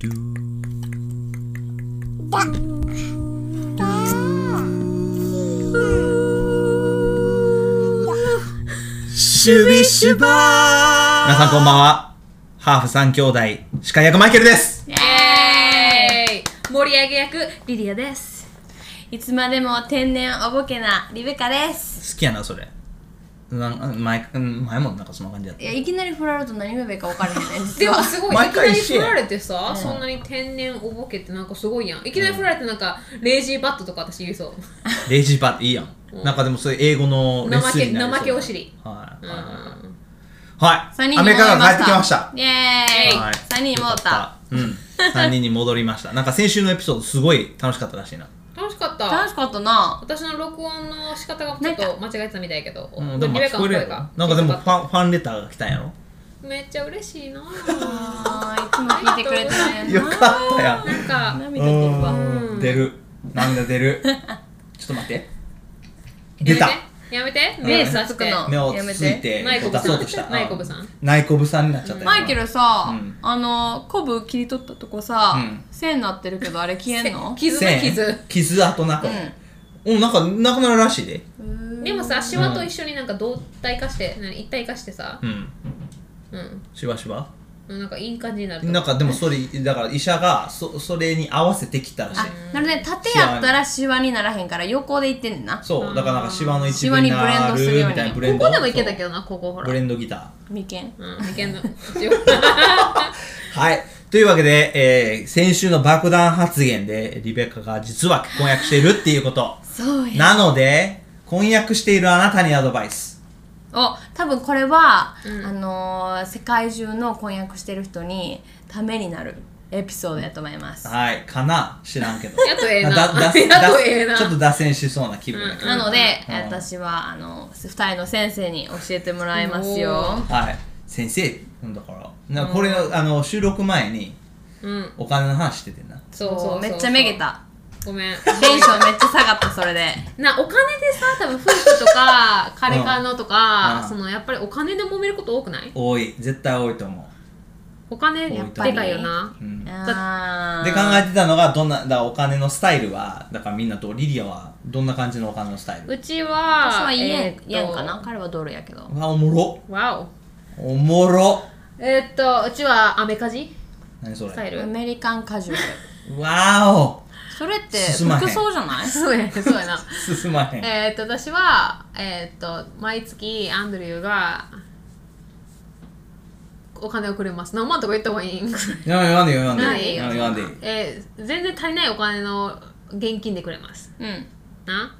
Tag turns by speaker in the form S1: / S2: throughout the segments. S1: ドゥー
S2: だだ
S1: シュビシュバー皆さんこんばんは。ハーフ三兄弟、司会役マイケルです。
S3: イエーイ盛り上げ役リリアです
S2: いつまでも天然おぼけなリベカです
S1: 好きやな、それ。なん前前もなんかそんな感じやっ
S2: い
S1: た。
S2: やいきなり振られると何もべか分からへんねん実
S3: でも
S2: は
S3: すごいい
S1: 毎
S3: きなり
S1: 回一緒
S3: 振
S1: や
S3: られてさ、
S1: ん
S3: そんなに天然おぼけってなんかすごいやんいきなり振られてなんか、レイジーバットとか私言いそう
S1: レイジーパーっていいやん。なんかでもそれ英語のレッスンになりそう
S3: 怠け怠けお尻
S1: はい。
S3: うん
S1: は
S3: うん
S1: いはい。アメリカが帰ってきました。
S2: イエーイ、
S1: はい
S2: 3人に戻った。
S1: うん。3人に戻りました。 なんか先週のエピソードすごい楽しかったらしいな。
S3: 楽しかった
S2: 楽しかったな
S3: 私の録音の仕方がちょっと間違えてたみたいやけど、
S1: うん、でもまあ
S3: リ
S1: 聞
S3: ベカ
S1: こえ
S3: の
S1: るや
S3: 声
S1: ろ
S3: が
S1: なんかでも
S3: 良
S1: フ
S3: った
S1: ァンファンレターが来たんやろ
S3: めっちゃ嬉し いな
S2: あーいつも聞いてくれてる
S1: よかったやん。
S3: なんか
S2: 涙出るわ
S1: うん出る。涙出る。ちょっと待って。
S3: や
S1: 出た。
S3: めてやめて目さ
S2: つ
S3: し
S2: く
S3: て
S2: の
S1: 目をつついて
S3: ナイコブ
S1: 出
S3: さん
S1: そうとした。
S3: ナイコブさん
S1: うナイコブさんになっちゃったよな。
S2: マイケルさ、
S1: うん
S2: あのコブ切り取ったとこさ、
S1: うん
S2: 線になってるけどあれ消えんの
S3: 傷
S1: せ
S3: だ
S1: ん
S3: 傷。
S1: 傷跡なく。うん、なんかなくなるらしいで。
S3: でもさシワと一緒になんか同体化して、なんか一体化してさ
S1: うん。
S3: うん
S1: しばしば。
S3: なんかいい感じになると
S1: なんかでもそれ、だから医者がそそれに合わせてきたらしい
S2: あ。なるほどね縦やったらシワにならへんから横でいってんねんな
S1: そう、だからなんかシワの一
S2: シ
S1: 部
S2: ワ
S1: に
S2: にブレン
S1: な
S2: ド
S1: る
S2: するよ
S1: み
S2: うに
S1: たいなブレン
S3: こ
S1: ド。
S3: こでもいけたけどなここほ
S1: そう
S3: ら
S1: ブレンドギター。
S2: 眉間
S3: うんいけんの
S1: はい。というわけで、えー先週の爆弾発言で、リベカが実は婚約しているっていうこと。
S2: そうや
S1: なので、婚約しているあなたにアドバイス。
S2: お多分これは、
S3: うん
S2: あのー世界中の婚約してる人にためになるエピソードやと思います
S1: はい。かな知らんけど。
S3: やっとええな
S1: だだ
S3: やっとええな
S1: だちょっと脱線しそうな気分だけど。
S2: なので、
S1: うん
S2: 私はあの2人の先生に教えてもらいますよ
S1: はい。先生、うんだから、なこれの、あの、収録前に
S3: うん
S1: お金の話しててんな。
S3: そうそう
S2: そうめっちゃめげた
S3: ごめん
S2: テンションめっちゃ下がったそれで
S3: なお金でさ多分夫婦とか彼からのとか、
S1: うん
S3: そのやっぱりお金で揉めること多くない
S1: 多い。絶対多いと思
S3: お金
S1: 多
S3: で
S1: いと
S3: か
S1: 思う
S3: いよな
S1: う。うん。
S2: あー
S1: で考えてたのがどんなだからお金のスタイルはだからみんなとリリアはどんな感じのお金のスタイル
S3: う
S2: 私
S3: ちは
S2: はイエ
S3: え
S2: ン
S3: ーっと
S2: イエンかな彼はドルやけど
S1: うわおもろ
S3: わお
S1: おもろ
S3: えーっとうちはアメカジ
S1: 何それ
S3: スタイ
S2: ア
S3: ル
S2: メリカンカジュアル
S1: わ
S2: それって
S1: 進まへん
S2: 服装じゃない
S3: そうやそうやな
S1: ーお進まへん
S3: えーっと私はえーっと毎月アンドリューがお金をくれます何万とか言った方がいい
S1: なんで言わんで
S3: ない
S1: 言わんで言わんでいい
S3: えー全然足りないお金の現金でくれます
S2: うん
S3: な、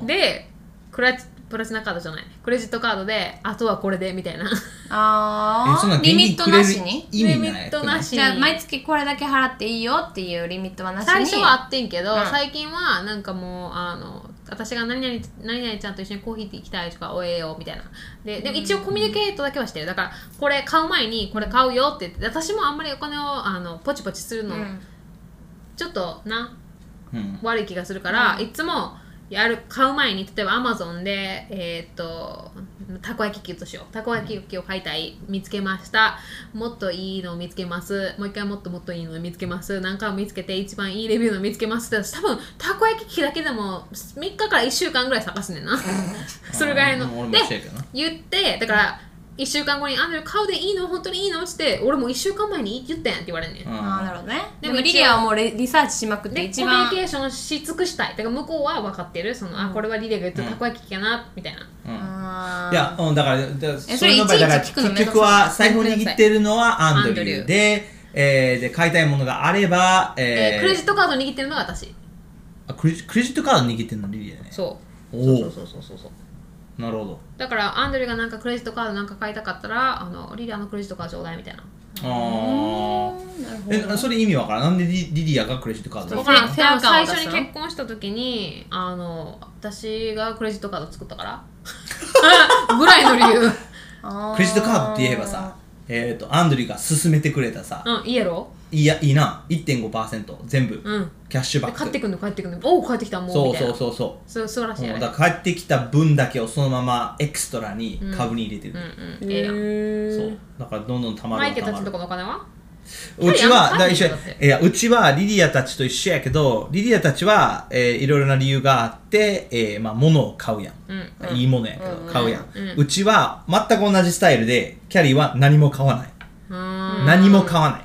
S1: うん
S3: でクラプラチナカードじゃないクレジットカードであとはこれでみたい な
S1: え
S2: あ
S1: そんな
S2: ー
S1: 現
S2: リ
S1: 金
S2: ミット
S1: くれ
S2: な
S1: る
S2: しに
S1: 意味ない
S3: リミットなし
S2: じゃあ毎月これだけ払っていいよっていうリミットはなしに
S3: 最初はあってんけど、
S2: うん
S3: 最近はなんかもうあの私が何々何々ちゃんと一緒にコーヒー行きたいとかおえよみたいなででも一応コミュニケートだけはしてるだからこれ買う前にこれ買うよって言って私もあんまりお金をあのポチポチするの、
S2: うん
S3: ちょっとな
S1: うん
S3: 悪い気がするから、いつもやる買う前に例えばアマゾンでえーっとたこ焼き器としようたこ焼き器を買いたい見つけましたもっといいのを見つけますもう一回もっともっといいのを見つけます何回も見つけて一番いいレビューのを見つけますって多分たこ焼き器だけでも3日から1週間ぐらい探すね んなそれぐらい
S1: あー俺
S3: の
S1: も
S3: で
S1: 一緒やけどな
S3: 言ってだから1週間後に「あの買うでいいの本当にいいの?」って俺も1週間前に言ったやんって言われんねん
S1: うん
S2: あーなるほどねで
S3: でも
S2: もリリアはもうレリサーチしまくって
S3: で
S2: 一
S3: コミュ
S2: 番
S3: ニケーションし尽くしたいだから向こうは分かってるその、あこれはリレーが言ってたたこ焼き器かな、みたいな
S1: うん
S2: あー
S1: いや、うん、だから、だ
S2: え
S1: そういうの場合
S2: それいちいち
S1: だから
S2: 聞くの
S1: 結局は財布を
S3: めんどくさい
S1: 握ってるのはアンド
S3: アンド
S1: リ
S3: リ
S1: ュ
S3: ュ
S1: ー
S3: ー
S1: で、えーで、買いたいものがあれば、
S3: え
S1: え
S3: ー
S1: ー
S3: クレジットカード握ってるのが私
S1: あクレジクレジットカード握ってるのリリアね。
S3: そ
S1: おお
S3: う、そうそうそうそう
S1: なるほど。
S3: だからアンドリューがなんかクレジットカードなんか買いたかったらあのリリアのクレジットカードちょうだいみたいな
S1: あ
S2: なるほど
S1: あ。え、それ意味わからん。なんでリリリアがクレジットカード
S3: 分
S1: を
S3: からん
S2: フェ
S3: 多分
S2: アカー
S3: 最
S2: ド
S3: 初に結婚した時にあの私がクレジットカード作ったから ぐらいの理由
S2: あー
S1: クレジットカードって言えばさ、ええっ、と、アンドリューが勧めてくれたさ、
S3: うん、イエロ
S1: いや、いいな、1.5%全部、
S3: ーうん。
S1: キャッシュバ
S3: で
S1: ック。
S3: 帰ってくんの帰ってくんの。おお、帰ってきた、もう。
S1: そう
S3: みたい
S1: そ
S3: な
S1: うそうそう。
S3: そう。素晴らしい
S1: も
S3: あ
S1: う
S3: れ。
S1: だから帰ってきた分だけをそのままエクストラに株に入れてる、
S3: うんうん。ええやん。
S1: そ
S2: え
S1: うだからどんどん貯ま
S3: マ
S1: る
S3: イケ
S1: 貯
S3: た
S1: ま
S3: ちの
S1: る
S3: とこのお金は
S1: うちはだ
S3: あれ
S1: から一緒
S3: あんまり
S1: いやうちはリリアたちと一緒やけどリリアたちは、えーいろいろな理由があって、えーまあ、物を買うやん、
S3: うん。
S1: いいものやけど、
S2: うん
S1: 買うやん、
S3: うん
S1: うちは全く同じスタイルでキャリーは何も買わない、
S3: うーん
S1: 何も買わない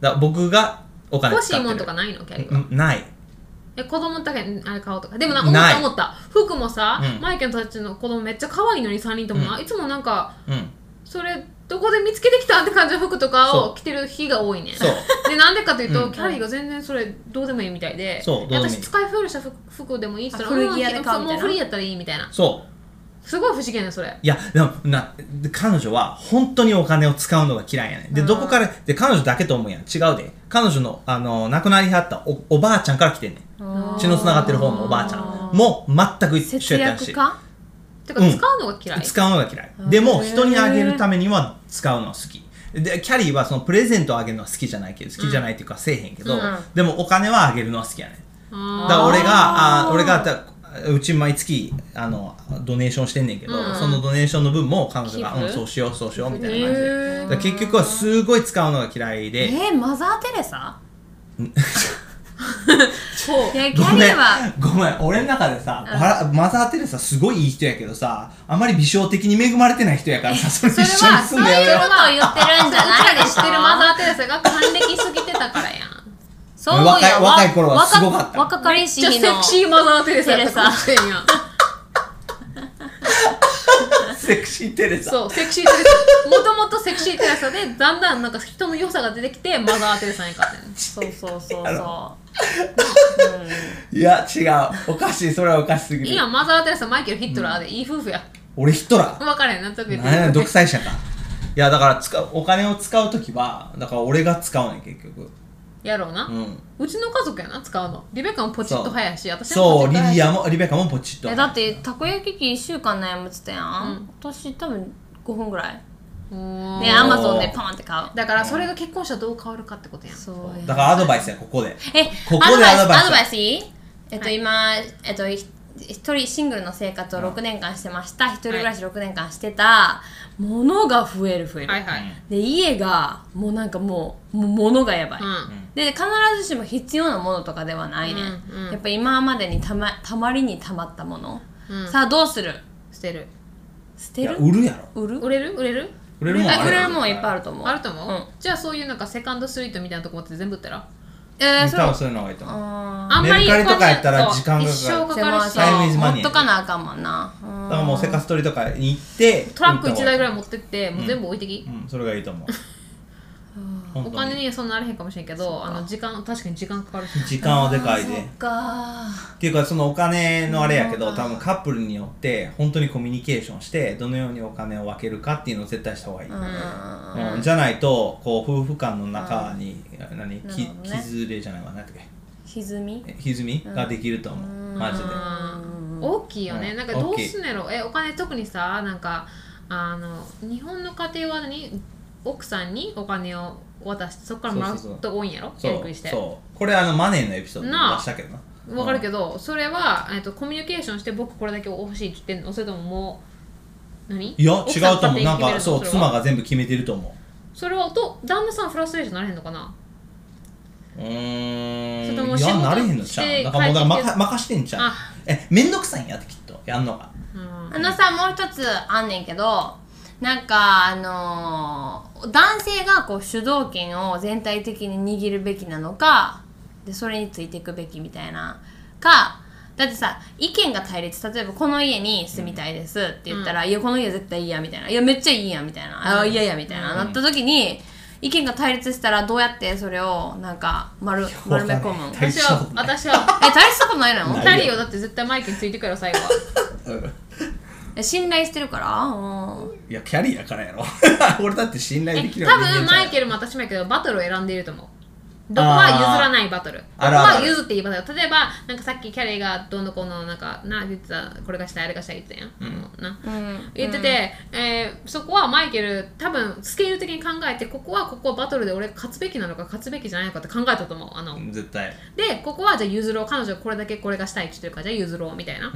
S1: だから僕がお金
S3: 欲
S1: 使
S3: し
S1: って
S3: い
S1: る
S3: もんとかないのキャリーは。
S1: うんない
S3: え子供だけあれ買おうとかでもな思っ
S1: ない
S3: た思った服もさ、
S1: うん
S3: マイケルたちの子供めっちゃ可愛いのに3人ともな、いつもなんか
S1: うん
S3: それどこで見つけてきたって感じの服とか
S1: そ
S3: を着てる日が多いね
S1: そう
S3: でなんでかというと、
S1: うん
S3: キャリーが全然それどうでもいいみたいで
S1: そうどうでもいい
S3: 私使い古した服服でもいいっつったら
S2: あ古着屋で買うみたいな
S3: もう古着やったらいいみたいな
S1: そう
S3: すごい不思議やねそれ
S1: いや、でもな、で彼女は本当にお金を使うのが嫌いやねん。で、どこから、で、彼女だけと思うやん。違うで。彼女の、あの、亡くなりはったおおばあちゃんから来てんねん。
S2: ー
S1: 血のつながってる方のおばあちゃんも全く一緒
S2: 節
S1: やったらし
S2: 約
S1: い。
S2: 家
S3: てか、
S1: うん
S3: 使うのが嫌い
S1: 使うのが嫌い。でも、
S2: へー
S1: 人にあげるためには使うのは好き。で、キャリーはそのプレゼントをあげるのは好きじゃないけど、好きじゃないっていうかせえへんけど、
S3: うん
S1: でもお金はあげるのは好きやねん。だか
S3: あ
S1: ら俺が
S2: あー
S1: あー俺がだうち毎月あのドネーションしてんねんけど、
S3: うん
S1: そのドネーションの分も彼女が、
S3: 寄付
S1: うん、そうしようそうしようみたいな感じで、
S2: え
S1: だから結局はすごい使うのが嫌いで、
S2: えー、マザー・テレサ
S3: ーそう
S2: いやキ
S1: ご
S2: ャリ
S1: めん
S2: ーは
S1: ごめん俺の中でさ、バラマザー・テレサすごいいい人やけどさあまり美少的に恵まれてない人やからさそれ
S3: そ
S1: 一
S3: れ
S1: 緒に
S3: は
S1: 住んでやめ
S3: そういう
S1: よ
S3: こ
S1: う
S3: とを言
S2: 言ってるんじゃな
S3: う
S2: い
S3: ち
S2: でしょ
S3: らで知ってるマザー・テレサが還暦すぎてたからやん
S2: そうよ
S1: 若い若い頃はすごかった
S2: 若若かりし
S3: じゃあ
S2: 日
S3: セ
S2: の
S3: クシーマザー・テレサやったかもしれんやん
S1: セクシー・テレサ
S3: そう、セクシーテレサ。もともとセクシーテレサで、だんだんなんか人の良さが出てきて、マザー・テレサに変わってんの
S2: そうそうそう
S1: や
S2: そ
S1: いや違うおかしいそれはおかしすぎ
S3: いい
S1: る
S3: やん、マザー・テレサ、マイケル・ヒットラーで、いい夫婦や。
S1: 俺ヒトラー
S3: 分かれへん、なんとなく言って
S1: なんや
S3: る。
S1: 独裁者かいやだから使うお金を使う時はだから俺が使うねん結局
S3: やろうな
S1: う。ん
S3: うちの家族やな、使うの。リベカもポチッと早いし、私も
S1: そ
S3: ポ
S1: う
S3: チ
S1: リ
S3: ッと早いし
S1: リアもリベカもポチッ
S2: う
S1: と
S2: えだってたこ焼き器1週間悩むっつったやん、
S3: うん
S2: 私多分5分ぐらいう
S3: ーん
S2: でアマゾンでパンって買う
S3: だから、それが結婚したらどう変わるかってことやん。
S2: そう
S1: だからアドバイスやここで
S2: え
S1: ここでアドバイス
S2: アドバイスいいえっと、今えっとひ一人シングルの生活を6年間してました一人暮らし6年間してた、ものが増える増える、
S3: はいはい。
S2: で家がもうなんかもうもう物がやばい、
S3: うん。
S2: で必ずしも必要なものとかではないね、
S3: うんうん
S2: やっぱ今までにたまたまりにたまったもの、
S3: うん
S2: さあどうする
S3: 捨てる。
S2: 捨
S1: い
S2: て
S1: や
S2: る
S1: 売るやろ
S2: 売る
S3: 売れる売れる
S1: 売れるもん
S2: あ
S1: あ
S2: 売
S1: る
S2: れ
S1: や
S2: る
S1: ろ
S2: もんいっぱいあると思う
S3: あると思
S2: うん
S3: うじゃあ、そういうなんかセカンドストリートみたいなとこ持って全部売ったら
S2: えー、そ
S1: 多
S2: れ
S1: 分
S2: は
S1: そういうのがいいと思う
S2: あ
S3: あんまり
S1: メルカリとかやったら
S3: そう
S1: 時間がかかる
S3: 一生か
S2: でも
S3: かるし
S2: そう
S1: タイムイズマ
S2: 持
S1: ニー
S2: っとかなあかんもんな
S1: だからもうセカストリとかに行って
S3: トラック1台ぐら
S1: い
S3: い持ってって、もう全部置いてき、
S1: うんそれがいいと 思う本当
S3: お金にはそんななれへんかもしれんけどあの時間確かに時間かかるし
S1: 時間はでかいで
S2: そっか
S1: っていうかそのお金のあれやけ
S2: う
S1: ど
S2: ん
S1: 多分カップルによって本当にコミュニケーションしてどのようにお金を分けるかっていうのを絶対した方がいい、
S2: うん
S1: うんじゃないとこう夫婦間の中に、何
S2: なる
S1: き
S2: ほどね
S1: 傷れじゃないわなんだっけ
S2: 歪み
S1: え歪みができると思う、マジで
S3: うん大きいよね、
S1: うん
S3: なんかどうすんのやろえお金特にさなんかあの日本の家庭は何奥さんにお金を渡してそこからもらう
S1: そうそう
S3: 人が多いんやろ
S1: そ
S3: やり
S1: う
S3: くりして
S1: そうこれあのマネーのエピソードで
S3: なあ
S1: 出したけどな
S3: わかるけ
S1: ど、
S3: ど、それは、えっとコミュニケーションして僕これだけ欲しいって言ってんのそれとももう何
S1: いや
S3: 奥
S1: 違
S3: さ
S1: うと思うなん
S3: 勝手に決
S1: か
S3: めるの
S1: そう
S3: れは
S1: 妻が全部決めてると思
S3: それはと旦那さんフラストレーションなれへんのかな
S1: ううー
S3: それと
S1: ん
S3: も
S1: い
S3: 仕
S1: や
S3: 事
S1: なれへんのちゃうだからもうだから
S3: して帰ってき
S1: 任任してんち
S3: て
S1: ゃう
S3: あ
S1: えめんどくさいんやってきっとやんのが
S3: うん
S2: あのさもう一つあんねんけどなんかあのー男性がこう主導権を全体的に握るべきなのかでそれについていくべきみたいなかだってさ意見が対立例えばこの家に住みたいですって言ったら、いやこの家絶対いいやみたいないやめっちゃいいやみたいな、あいやいやみたいな、なった時に意見が対立したらどうやってそれをなんか丸丸め込むんえ
S1: 大
S3: 私
S1: したこ
S3: は
S1: とない
S3: 私は
S2: 対立したことないの
S1: ない
S3: 二人をだって絶対マイケについてくやろ最後は
S1: うん
S2: え信頼してるからうん
S1: いやキャリアからやろ 俺だって信頼
S3: え
S1: できる
S3: 多分マイケ
S1: ル
S3: ルも私もやけどバトルを選んでいると思うどこは譲らないバトルどこ
S1: あるある
S3: は譲っていいバトル例えばなんかさっきキャリーがどうのこうのなんかな言ってたこれがしたいあれがしたい言ってたやん、あのな
S2: うん
S3: 言ってて、えーそこはマイケル多分スケール的に考えてここはここはバトルで俺勝つべきなのか勝つべきじゃないのかって考えたと思うあの
S1: 絶対
S3: でここはじゃあ譲ろう彼女これだけこれがしたいって言ってるからじゃあ譲ろうみたいな、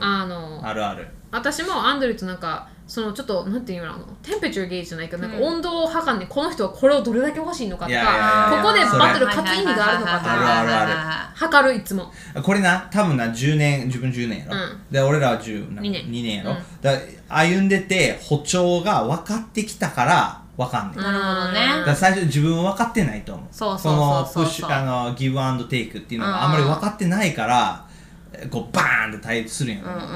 S3: あの
S1: あるある
S3: 私もアンドリューとなんかそのちょっとなんていうのあのテンペチューゲージじゃないけどなんか温度を測るにこの人はこれをどれだけ欲しいのかと
S1: いやいやいや
S3: かここで
S1: それ
S3: バトル勝つ意味があるのかと
S1: あるあ
S3: か
S1: るある
S3: 測るいつも
S1: これな多分な10年自分10年やろ、
S3: うん
S1: で俺らは10な
S3: 二年
S1: 二年やろ、
S3: うん
S1: だ歩んでて歩調が分かってきたから分かんねん、だ
S2: なるほど
S1: か
S2: ね
S1: ら最初自分は分かってないと思う
S2: そうそうそうそう
S1: このプッシュあのギブアンドテイクっていうのがあんまり分かってないから、こうバーンって対立するんやろ、
S2: うんうん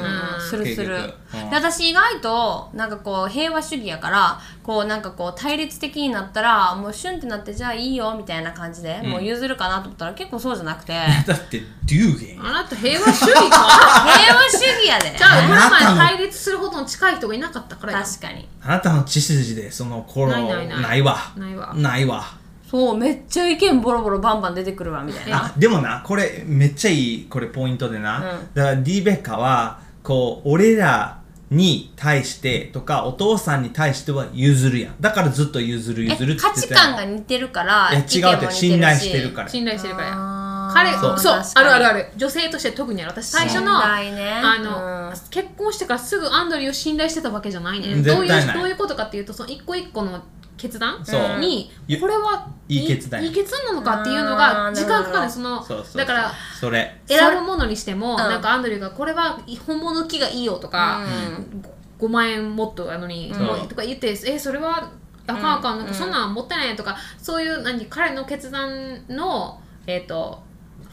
S2: するする
S1: 結局うん
S2: で私意外となんかこう平和主義やからこうなんかこう対立的になったらもうシュンってなってじゃあいいよみたいな感じで、もう譲るかなと思ったら結構そうじ ゃなくて平
S1: だってデューゲン
S3: あなた平和主義 か
S2: 和主義 やで
S3: じゃあこ
S1: あなた
S3: の
S1: も
S3: 前対立するほどの近い人がいなかったからよ
S2: 確かに
S1: あなたの血筋でその頃
S3: ないないない
S1: ないわ
S3: ないわ
S1: ないわ
S2: そうめっちゃ意見ボロボロバンバン出てくるわみたいな
S1: あでもなこれめっちゃいいこれポイントでな、
S2: うん
S1: だからリベカはこう俺らに対してとかお父さんに対しては譲るやんだからずっと譲る譲るって言
S2: え価
S1: って
S2: 値
S1: たやん
S2: 観が似てるから
S1: いや違うって
S2: 意見も似るし
S1: 信頼してるから
S3: 信頼してるからや
S2: あー
S3: 彼そうそう
S2: 確か
S3: あ
S2: に
S3: るあるある女性として特にある私最初の
S2: 信頼ね
S3: あの、
S2: うん
S3: 結婚してからすぐアンドリューを信頼してたわけじゃないね、
S1: うん
S3: どうい
S1: 絶対な
S3: う
S1: い
S3: どういうことかっていうとその一個一個の決断
S1: そう
S3: に
S1: ゆ
S3: これはい
S1: い決断
S3: いい決断なのかっていうの
S2: あー
S3: が時間かか
S2: なるほ
S3: る
S2: ど
S3: その
S1: そうそうそう
S3: だから
S1: それ
S3: 選ぶものにしても、
S2: ん
S3: なんかアンドリューがこれは本物の木がいいよとか、5万円もっとあのに、
S1: ん
S3: もうとか言ってえそれはあかんあかん,、なんかそんなん持ってないとかそういう何彼の決断のえっ、と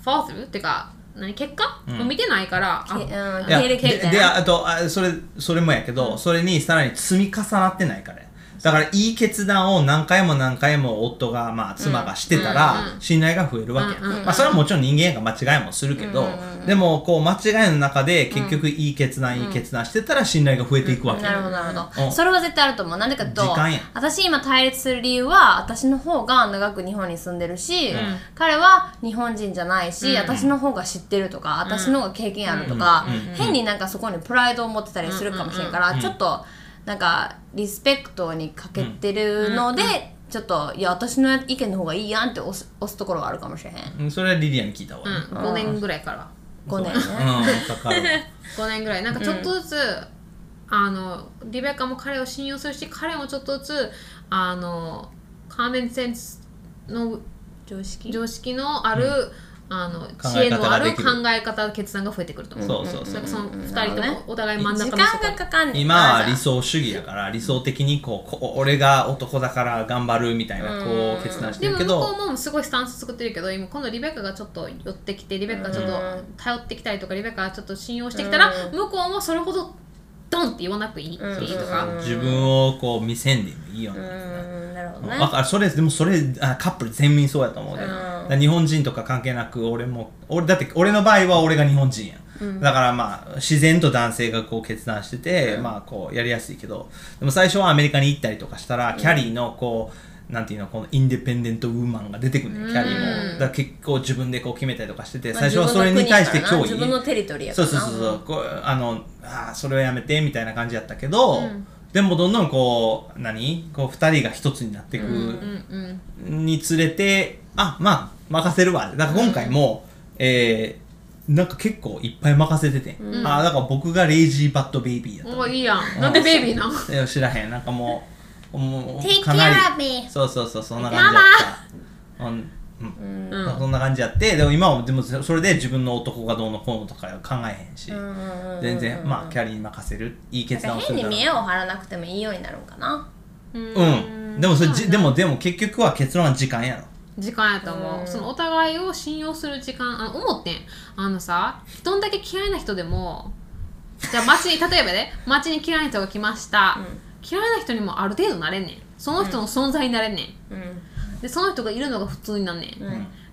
S3: フォースルっていうか何結果、
S1: うん
S3: を見てないからあ
S2: けうん
S1: いや
S2: 経歴み
S1: で
S2: たい
S1: で
S2: な
S1: あとあそれそれもやけど、それにさらに積み重なってないからやだからいい決断を何回も何回も夫がまあ妻がしてたら、
S3: うん
S1: 信頼が増えるわけや、
S3: うんうんうん
S1: まあ、それはもちろん人間が間違いもするけど、でもこう間違いの中で結局いい決断、いい決断してたら信頼が増えていくわけ
S2: な
S1: や、
S2: るほどなるほ
S1: うん
S2: どそれは絶対あると思うなんでかと
S1: 時間や
S2: 私今対立する理由は私の方が長く日本に住んでるし、
S1: ん
S2: 彼は日本人じゃないし、私の方が知ってるとか私の方が経験あるとか、変になんかそこにプライドを持ってたりするかもしれんから、ちょっとなんかリスペクトに欠けてるので、ちょっといや私の意見の方がいいやんって押す押すところがあるかもしれへ
S1: う
S2: ん
S1: んそれはリリアに聞いたわ、
S3: うん、5年ぐらいから
S2: 5年
S1: うん
S2: ね、
S1: かか るわ
S3: 5年ぐらいなんかちょっとずつ、あのリベカも彼を信用するし彼もちょっとずつあのカーメンセンスの
S2: 常識
S3: 常識のある、あの
S1: 考
S3: 知
S1: え
S3: 恵
S1: 方
S3: のあ
S1: がで
S3: る
S1: き
S3: 考
S1: る
S3: え方決断が増えてくると思う、
S1: そうそうそう
S3: なんかその2
S2: なるほど
S3: 人と
S2: ね
S3: もお互い真ん
S2: 時
S3: 中の
S2: 間
S3: そこ
S2: がかかんねん
S1: 今は理想主義やから理想的にこうこ俺が男だから頑張るみたいなこう決断して
S3: で
S1: る
S3: も
S1: け
S3: 向
S1: ど、
S3: こうもすごいスタンス作ってるけど今今度リベカがちょっと寄ってきてリベカがちょっと頼ってきたりとかリベカがちょっと信用してきたら向こうもそれほどドンって言わなくていいっていいとか
S1: 自分をこう見せんでもいいような
S2: うんなるほどね
S1: わかるそれでもそれあカップル全員そうやと思うで、だから日本人とか関係なく俺も俺だって俺の場合は俺が日本人やん、だからまあ自然と男性がこう決断してて、まあこうやりやすいけどでも最初はアメリカに行ったりとかしたら、キャリーのこうなんていうのこのインデペンデントウーマンが出てくるねんキャリーも、だから結構自分でこう決めたりとかしてて最初はそれに対して
S2: まあ
S1: 脅威
S2: 自分の国やからな自分のテリトリーやか
S1: そう
S2: ら
S1: そうそうそうこうあのあーそれはやめてみたいな感じやったけど、でもどんどんこう何こう2人が一つになっていくにつれて、あまあ任せるわだから今回も、えーなんか結構いっぱい任せてて、あーだから僕がレイジーバッドベイビーやった
S3: おいいやんなんでベイビーなん
S1: いや知らへんなんかもうもう
S2: Take
S1: かなり
S2: care of me
S1: そうそうそうそんな感じだったうんうんそんな感じやってでも今はでもそれで自分の男がどうのこうのとか考えへんし全然まあキャリーに任せるいい決
S2: なん
S1: 断
S2: か
S1: をす
S2: 変
S1: る
S2: に
S1: だろう
S2: 見栄を張らなくてもいいようになるんかな
S1: うんでもそれじでもでも結局は結論は時間やろ
S3: 時間やと思うそのお互いを信用する時間あの思ってんあのさどんだけ嫌いな人でもじゃあ街に 例えばね街に嫌いな人が来ました、嫌いな人にもある程度なれんねんその人の存在になれんねん、でその人がいるのが普通になんねん、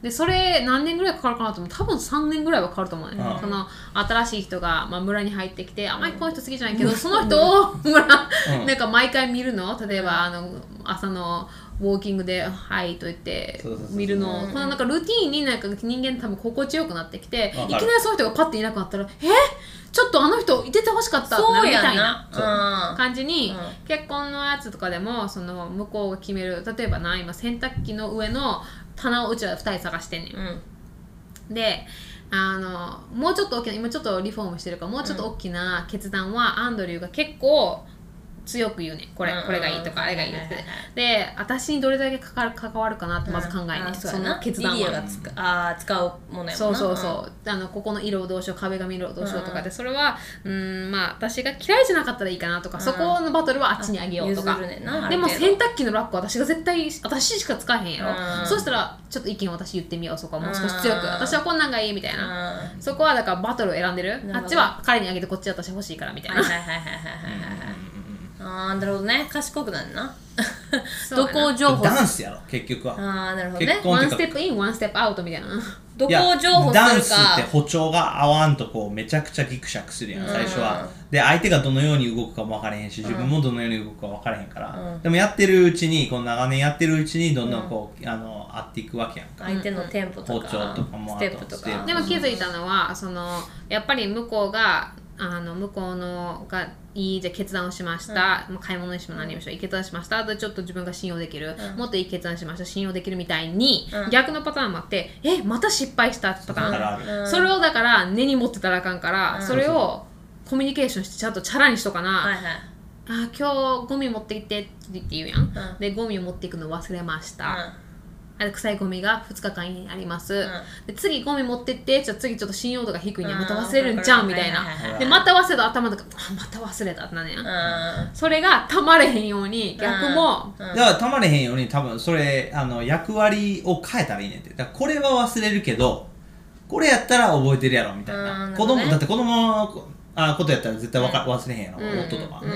S3: でそれ何年ぐらいかかるかなと思う多分3年ぐらいはかかると思うね、
S1: うん
S3: その新しい人が、まあ、村に入ってきてあんまりこの人好きじ ゃないけど、その人を村、
S1: うん
S3: なんか毎回見るの例えばあの朝のウォーキングで「はい」と言って
S1: そうそうそうそう
S3: 見るのこのなんかルーティーンになんか人間多分心地よくなってきていき
S1: わ
S3: な
S1: かる
S3: りその人がパッていなくなったら「えちょっとあの人出てほしかった」ってな
S2: そ
S3: る
S2: う
S3: み
S2: や
S3: た
S2: ない
S3: な。
S2: な
S3: 感じに、
S2: う
S3: 結婚のやつとかでもその向こうが決める例えばな今洗濯機の上の棚をうちら2人探してんねん
S2: うん、うん
S3: であのもうちょっと大きな今ちょっとリフォームしてるからもうちょっと大きな決断はアンドリューが結構強く言うねんこれ
S2: うん
S3: これがいいとかあれがいいって
S2: はいはいはい
S3: で私にどれだけかかる関わるかなってまず考えね、
S2: あ
S3: ん、
S2: そう
S3: そ
S2: やな
S3: の決断
S2: リリアが
S3: は。
S2: つくあー使うものやもんな
S3: そうそうそうあのここの色をどうしよう壁紙色をどうしようとかでそれはうんまあ私が嫌いじゃなかったらいいかなとか
S2: うん
S3: そこのバトルはあっちにあげようとか
S2: 譲るねんな
S3: でも
S2: ある程
S3: 洗
S2: 度
S3: 濯機のラックは私が絶対私しか使えへんやろ、
S2: うん
S3: そうしたらちょっと意見を私言ってみようそこはもう少し強く、
S2: うん
S3: 私はこんなんがいいみたいな、
S2: うん
S3: そこはだからバトルを選んでる
S2: ほど
S3: あっちは彼にあげてこっちは私欲しいからみたい
S2: はい
S3: な
S2: はいはいはいはいはいはいあーなるほどね賢くなるな
S3: そうや
S2: どこ
S3: な
S2: を情報
S1: ダンスやろ結局は
S2: ああなるほどね
S1: 結婚
S3: ワンステップインワンステップアウトみたいな
S2: どこ
S1: いや
S2: を情報
S1: ダ
S2: す
S1: ン
S2: る
S1: スって
S2: か
S1: 歩調が合わんとこうめちゃくちゃギクシャクするやん最初はで相手がどのように動くかも分からへんし自分もどのように動くか分からへんから、でもやってるうちにこう長年やってるうちにどんどんこう、あの合っていくわけやんか、
S2: 相手のテンポと
S1: 包
S2: か
S1: 丁とかも
S2: ステップと
S1: あとステッ
S2: か
S1: プ
S3: でも気づいたのはそのやっぱり向こうがあの向こうのがいいじゃあ決断をしました、もう買い物にしても何にしろいい決断しましたでちょっと自分が信用できる、もっといい決断しました信用できるみたいに、
S2: うん
S3: 逆のパターンもあってえまた失敗したと
S1: だか
S3: から
S1: ある
S3: それをだから根に持ってたらあかんから、
S2: うん
S3: それをコミュニケーションしてちゃんとチャラにしとかな、
S2: はいはい
S3: あ今日ゴミ持ってきてって言うやん、
S2: うん
S3: でゴミを持っていくの忘れまし
S2: うん
S3: た、あれ臭いゴミが2日間にありま
S2: ん
S3: す、で次ゴミ持ってってじゃあ次ちょっと信用度が低いね
S2: うん
S3: また忘れるんちゃうみた
S2: はい
S3: い
S2: はいはい
S1: は
S3: ないでまた忘れた頭とかあまた忘れたってなんねや、
S2: うん
S3: それがたまれへんように逆も、
S2: うん
S1: だからたまれへんように多分それあの役割を変えたらいいねんってだからこれは忘れるけどこれやったら覚えてるやろみたいな
S2: うん
S1: 子供
S2: なるほどね
S1: だって子供のこあことやったら絶対わか、忘れへんやろ、
S3: うん
S1: 夫とか、
S2: う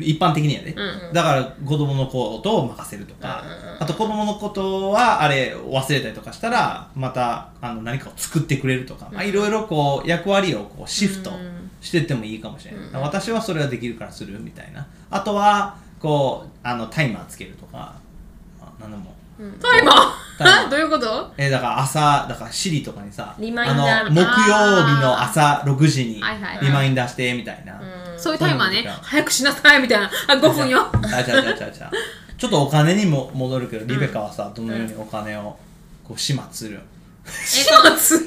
S1: 一般的にやで、
S3: う
S1: だから子供のことを任せるとか、
S2: うんうんうん
S1: あと子供のことはあれ忘れたりとかしたらまたあの何かを作ってくれるとか、まあ、いろいろこう役割をこうシフトしてってもいいかもしれない、だから私はそれができるからするみたいなあとはこうあのタイマーつけるとか、まあ、何でも、
S3: タイマ
S1: タイマ
S3: ー
S1: ー
S3: どういうこと
S1: えーだから朝だからシリとかにさ
S2: リマインダー
S1: あの木曜日の朝6時に
S3: はいはい
S1: リマインダーしてみたいな、
S3: そういうタイマーね
S1: うん
S3: 早くしなさいみたいなあ5分よ
S1: あ違う違う違う違 うちょっとお金にも戻るけどリベカはさどのようにお金をこう始末する
S3: 始末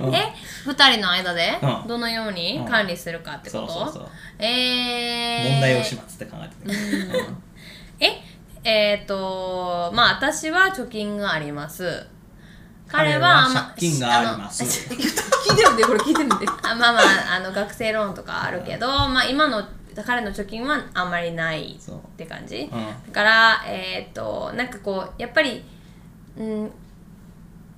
S1: うん
S2: え二人の間で
S1: うん
S2: どのように管理するかって
S1: そ
S2: こと、
S1: うそうそう
S2: えー、
S1: 問題を始末って考えてね
S2: ええっ、とまあ私は貯金があります彼はあんま
S1: 借金があります
S2: あの
S3: 聞いてるんでこれ聞いてるんで
S2: あまあまああの学生ローンとかあるけど、まあ今の彼の貯金はあんまりない
S1: そう
S2: って感
S1: う
S2: じ、だからえっ、となんかこうやっぱりうん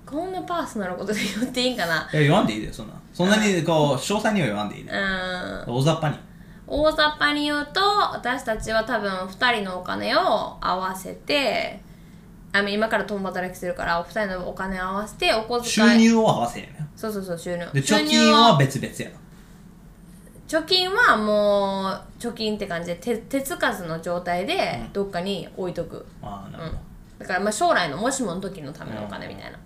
S2: こんなパーソナルなことで言っていいんかな
S1: うんいや言わんでいいよそんなそんなにこう詳細には言わんでいいで
S2: うん
S1: 大雑把に
S2: 大雑把に言うと私たちは多分2人のお金を合わせてあの今から共働きするからお二人のお金を合わせてお小遣い
S1: 収入を合わせやね
S2: そうそうそう収入
S1: で
S2: 収入
S1: 貯金は別々やな
S2: 貯金はもう貯金って感じで手手つかずの状態でどっかに置いとく、
S1: ああなるほど
S2: だからまあ将来のもしもの時のためのお金みたいな、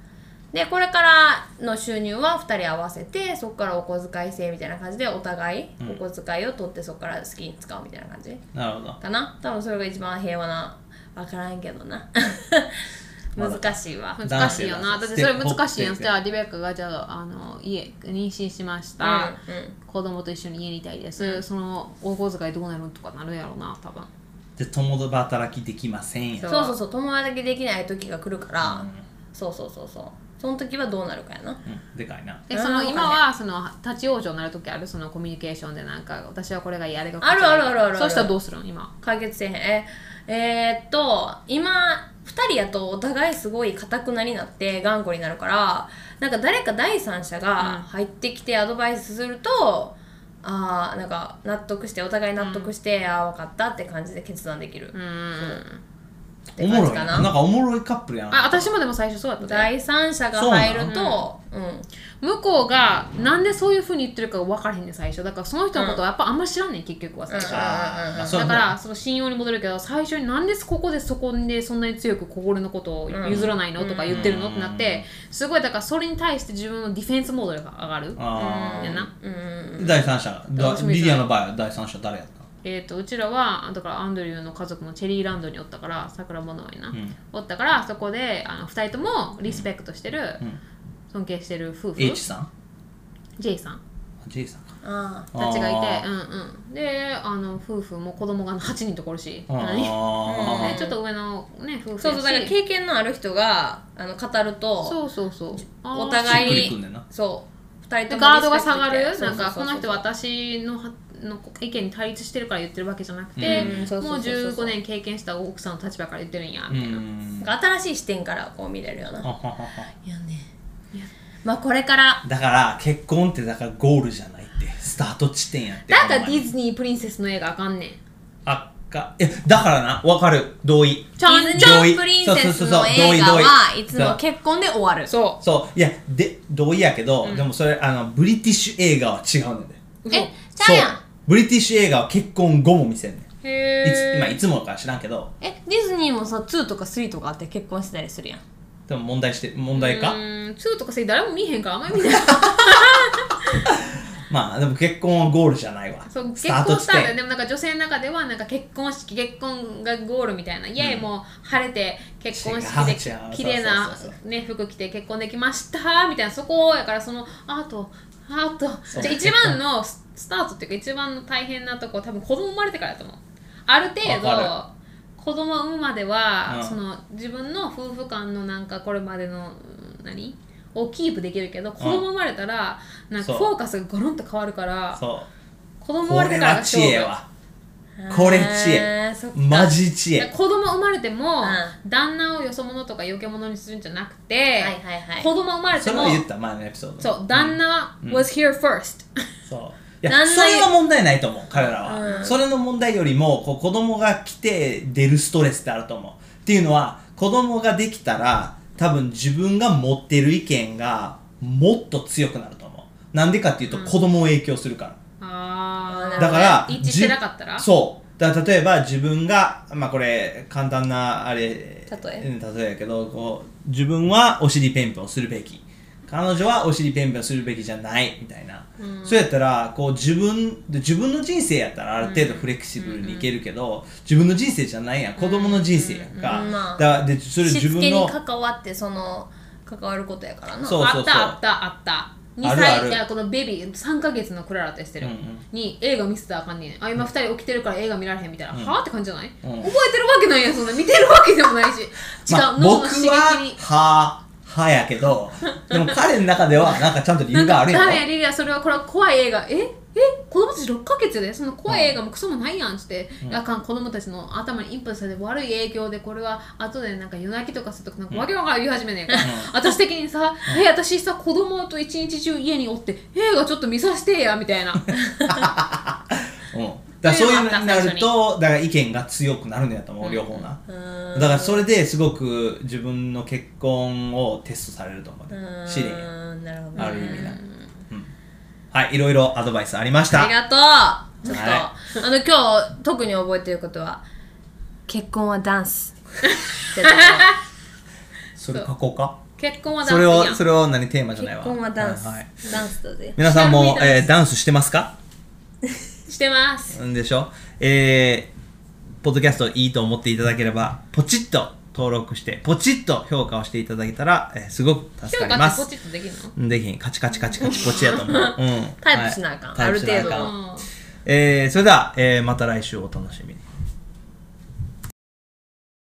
S2: でこれからの収入は2人合わせてそこからお小遣い制みたいな感じでお互い
S1: うん
S2: お小遣いを取ってそこから好きに使うみたいな感じ、
S1: なるほど
S2: かな多分それが一番平和な分からんけどな
S1: まだ
S2: 難しいわ
S3: 難しいよなだ
S1: 男性だ
S3: ってそれ難しいやん
S1: ス
S3: じ
S1: テップ
S3: ゃあリベッカがじゃああの家妊娠しました、
S2: う
S3: 子供と一緒に家にいたいです、そのお小遣いどうなるんとかなるやろうな多分
S1: で共働きできません
S2: ん、
S1: や
S2: そうそうそう友達できない時が来るから、そうそうそうそうその時はどうなるかやな
S1: うんでかいな
S3: で
S2: うん
S3: その今はその立ち往生になる時あるそのコミュニケーションでなんか私はこれが嫌あれがこっちが嫌
S2: あるあるあるある
S3: そうしたらどうするん今
S2: 解決せえへんええーっと今2人やとお互いすごい固くなになって頑固になるからなんか誰か第三者
S3: うん
S2: が入ってきてアドバイスすると、ああなんか納得してお互い納得して、ああ分かったって感じで決断できる、
S3: うん
S2: って
S1: おも
S2: 感
S1: ろ
S2: じ
S1: い
S2: か
S1: ななん
S2: な
S1: かおもろいカップルや
S3: あ
S1: な
S3: 私もでも最初そうだったね
S2: 第三者が入るとうん
S3: 向こうがなんでそういうふうに言ってるか分からへんねん最初だからその人のことはやっぱあんま知らんねん結局は最初
S2: う
S1: あ
S2: ん
S1: ーまあそう
S3: だ
S1: や
S3: か
S1: な
S3: らその信用に戻るけど最初になんでここでそこでそんなに強く心のことを譲らないの、とか言ってるのってなってすごいだからそれに対して自分のディフェンスモードが上がる
S1: あ
S3: やな、
S2: うん
S1: ー第三者だ
S3: 私も一緒だ
S1: リディアの場合は第三者誰やった
S3: えー、とうちらはだからアンドリューの家族もチェリーランドにおったから桜物はな、
S1: ん
S3: おったからそこであの2人ともリスペクトしてる、
S1: ん
S3: 尊敬してる夫婦
S1: H さん
S3: J さん
S1: J さんか
S2: あ
S3: たちがい
S1: あ
S3: て、
S1: ー
S3: うんうん、であの夫婦も子供が8人とかおるし7人
S1: あ
S3: でちょっと上の、ね、夫婦や
S2: ー
S3: し
S2: そうそうだから経験のある人があの語ると
S3: そうそうそうあー
S2: お
S1: ーし
S2: 互
S1: っくりくん
S2: い
S1: ねんな
S2: そう二人とも
S3: ガードが下が
S2: リ
S3: る
S2: スペ
S3: な
S2: クトして
S3: んかこの人
S2: そうそうそう
S3: 私のはの意見に対立してるから言ってるわけじゃなくて、
S2: うんそう
S3: もう
S2: そうそうそう
S3: 15年経験した奥さんの立場から言ってるんや
S1: う
S3: みたいな、
S1: ん
S2: なんか新しい視点からこう見れるような
S1: あははは
S2: やねまあこれから
S1: だから結婚ってだからゴールじゃないってスタート地点やって
S3: だから
S1: ほ
S3: デ
S1: んまに
S3: ィズニープリンセスの映画あかんねん
S1: あっかえだからなわかる同意
S3: ちゃ
S2: ディ
S3: ん
S2: ズ
S3: ち
S2: ニ
S3: ゃん
S1: 同意
S2: ープリンセスの
S1: 同
S2: 映
S1: 意
S2: 画
S1: 同意
S2: はいつも結婚で終わる
S3: そ
S1: そういやで同意やけど、でもそれあのブリティッシュ映画は違うねんで
S3: う
S2: えちゃうや
S1: そうんブリティッシュ映画は結婚後も見せんねんい
S3: へえ
S1: つ,、まあ、いつもか知らんけど
S2: えディズニーもさ2とか3とかあって結婚してたりするやん
S1: でも問題して問題か、
S3: うん2とか3誰も見えへんからあんまり見ない
S1: まあでも結婚はゴールじゃないわ
S3: そう結
S1: スタート
S3: 婚
S1: 地
S3: したんだよ
S1: 点
S3: でもなんか女性の中ではなんか結婚式結婚がゴールみたいな「イェイ、もう晴れて結婚式で
S1: 違う違う
S3: 綺麗な
S1: そうそうそう
S3: ね服着て結婚できました」みたいなそこやからそのあとあと
S1: そう
S3: じゃあ一番のススタートっていうか一番の大変なとこ多分子供生まれてからやと思うある程
S1: わ
S3: 度子供産むまでは、
S1: うん
S3: その自分の夫婦間のなんかこれまでのうん何をキープできるけど子供生まれたら、なんか
S1: そう
S3: フォーカスがゴロンと変わるから
S1: そう
S3: 子供生
S1: こ
S3: まれて
S1: れ
S3: から
S1: は
S3: が
S1: 知
S3: 勝負
S1: 恵はこれ知
S2: あ
S1: 恵
S2: ーそっか
S1: マジ知恵
S3: 子供生まれても、
S2: う
S3: 旦那をよそ者とかよけ者にするんじゃなくて、
S2: はいはいはい
S3: 子供生まれて
S1: それ
S3: も
S1: も言った前のエピソード
S3: そう旦那 was here first、
S1: そういや
S2: 旦那
S1: それは問題ないと思う彼らは、
S2: うん
S1: それの問題よりもこう子供が来て出るストレスってあると思うっていうのは子供ができたら多分自分が持ってる意見がもっと強くなると思うなんでかっていうと子供を影響するから、
S3: あ
S2: う
S3: あ
S2: ん
S1: だから
S3: 一致してなかったら
S1: じそうだから例えば自分がまあこれ簡単なあれ例
S2: え
S1: 例えやけどこう自分はお尻ペンペンをするべき彼女はお尻ペンペンをするべきじゃないみたいな、そうやったらこう自分で自分の人生やったらある程度フレキシブルにいけるけど、自分の人生じゃないやん子供の人生やんか、
S2: うんまあ
S1: だからでそれ
S2: し
S1: 自
S2: つ
S1: 分
S2: けに
S1: の
S2: 関わってその関わることやからな
S1: そう
S3: あったあったあった2
S1: あ
S3: 歳
S1: るある
S3: いやこのベビー3ヶ月のクララとしてる、
S1: うんうん
S3: に映画見せたらあかんねんあ今2人起きてるから映画見られへんみたいな、はあって感じじゃない、
S1: ん
S3: 覚えてるわけないやんそんな見てるわけでもないし違う、
S1: まあ、
S3: 脳の
S1: 僕
S3: 刺激
S1: は
S3: に
S1: ははやけどでも彼の中ではなんかちゃんと理由があるや
S3: ダ
S1: ろ
S3: メやリリア それはこれは怖い映画ええ子供たち6ヶ月でそんな怖い映画もクソもないやんっつって、あかん子供たちの頭にインプットされて悪い影響でこれは後でなんか夜泣きとかするとなんかわけわからん言い始めねえから、私的にさ、え私さ子供と一日中家におって映画ちょっと見させてやみた いな
S1: うん、だからそういうのにな
S3: そういうのがあった
S1: るとだから意見が強くなるんやと思う、両方な、だからそれですごく自分の結婚をテストされると思う、
S2: うん
S1: 試練や
S2: なるほどね
S1: ある意味な、うんはいいろいろアドバイスありました
S2: ありがとうちょっと、
S1: は
S2: あの今日特に覚えてることは結婚はダ ンスってとこ
S1: それ書こうか
S3: 結婚はダ
S1: そ
S3: ンス
S1: れ
S3: やん
S1: をそれを何テーマじゃない
S2: 結
S1: わ
S2: 婚はダンス、
S1: はいはい
S2: ダンスだぜ
S1: 皆さんも
S3: ち、なみにダン
S1: えーダンスしてますか
S3: してます
S1: んでしょえー、ポッドキャストいいと思っていただければポチッと登録してポチッと評価をしていただけたら、えーすごく助
S3: 評
S1: かり
S3: 価
S1: ま
S3: って
S1: す
S3: ポチッとできるの
S1: できひんカチカチカチカチポチやと 思う、うん、
S2: タイプしなあかん
S1: タイプしな
S2: ある程度
S1: えーそれでは、えーまた来週お楽しみに